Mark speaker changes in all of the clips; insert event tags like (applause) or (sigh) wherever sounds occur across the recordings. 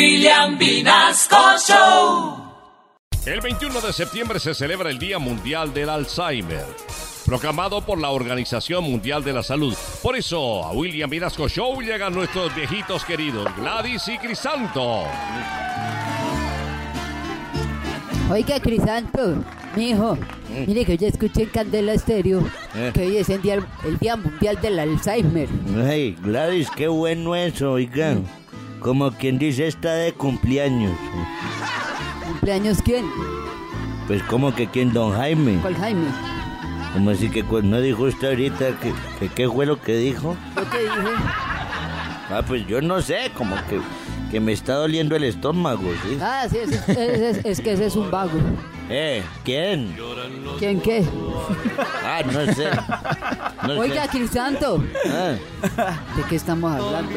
Speaker 1: William Vinasco Show.
Speaker 2: El 21 de septiembre se celebra el Día Mundial del Alzheimer, proclamado por la Organización Mundial de la Salud. Por eso, a William Vinasco Show llegan nuestros viejitos queridos, Gladys y Crisanto.
Speaker 3: Oiga, Crisanto, mijo, mire que yo escuché en Candela Estéreo
Speaker 4: Mm. Eh.
Speaker 3: que hoy es el día, el día mundial del Alzheimer.
Speaker 4: Ay, Gladys, qué bueno eso, oigan. Como quien dice, está de cumpleaños.
Speaker 3: ¿Cumpleaños quién?
Speaker 4: Pues como que quien, don Jaime.
Speaker 3: ¿Cuál Jaime?
Speaker 4: Como así que cu- no dijo usted ahorita que, que qué fue lo que dijo.
Speaker 3: Yo te dije,
Speaker 4: Ah, pues yo no sé, como que, que me está doliendo el estómago, ¿sí?
Speaker 3: ah, sí, es, es- es- es que ese es un vago.
Speaker 4: Eh, ¿quién?
Speaker 3: ¿Quién qué?
Speaker 4: Ah, no sé. No
Speaker 3: Oiga,
Speaker 4: sé.
Speaker 3: Crisanto, ¿de
Speaker 4: Ah,
Speaker 3: qué estamos hablando?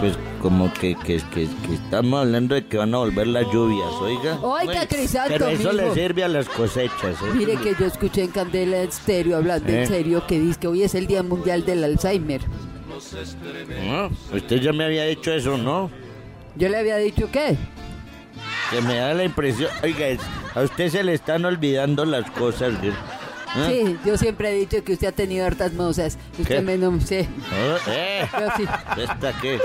Speaker 4: pues como que, que, que, que estamos hablando de que van a volver las lluvias, oiga.
Speaker 3: Oiga,
Speaker 4: Ay,
Speaker 3: Crisanto,
Speaker 4: Pero eso le
Speaker 3: mijo.
Speaker 4: sirve a las cosechas, ¿eh?
Speaker 3: Mire que yo escuché en Candela Estéreo hablando en
Speaker 4: Eh.
Speaker 3: serio que dice que hoy es el día mundial del Alzheimer.
Speaker 4: Ah, Usted ya me había dicho eso, ¿no?
Speaker 3: Yo le había dicho qué.
Speaker 4: Que me da la impresión. Oiga, es- a usted se le están olvidando las cosas. ¿eh? ¿Ah?
Speaker 3: Sí, yo siempre he dicho que usted ha tenido hartas mozas. Usted
Speaker 4: ¿Qué?
Speaker 3: menos, sí.
Speaker 4: Ah, eh.
Speaker 3: Yo sí.
Speaker 4: ¿Esta qué?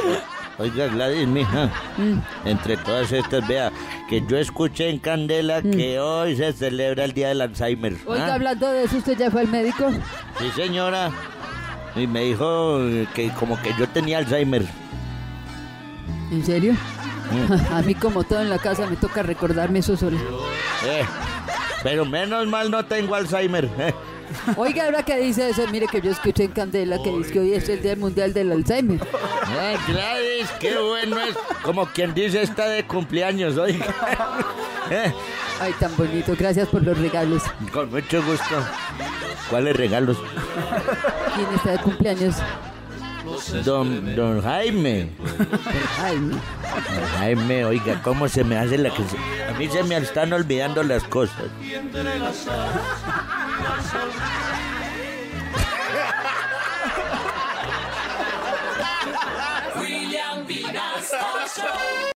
Speaker 4: Oiga, Gladys, mija.
Speaker 3: Mm.
Speaker 4: Entre todas estas, vea, que yo escuché en Candela que hoy se celebra el Día del Alzheimer. ¿ah?
Speaker 3: Mm. Oiga, hablando de eso, ¿usted ya fue al médico?
Speaker 4: Sí, señora. Y me dijo eh, que como que yo tenía Alzheimer.
Speaker 3: ¿En serio? (laughs) A mí como todo en la casa me toca recordarme eso solo.
Speaker 4: Eh, Pero menos mal no tengo Alzheimer. eh.
Speaker 3: Oiga, ahora que dice eso, mire que yo escuché en Candela que dice que hoy es el Día Mundial del Alzheimer.
Speaker 4: Ah, Gladys, qué bueno es. Como quien dice, está de cumpleaños, oiga. Eh,
Speaker 3: Ay, tan bonito, gracias por los regalos.
Speaker 4: Con mucho gusto. ¿Cuáles regalos?
Speaker 3: ¿Quién está de cumpleaños?
Speaker 4: Don, don Jaime.
Speaker 3: Ay, no.
Speaker 4: Don Jaime, oiga, ¿cómo se me hace la que se... A mí se me están olvidando las cosas.
Speaker 1: William Vinasco Show.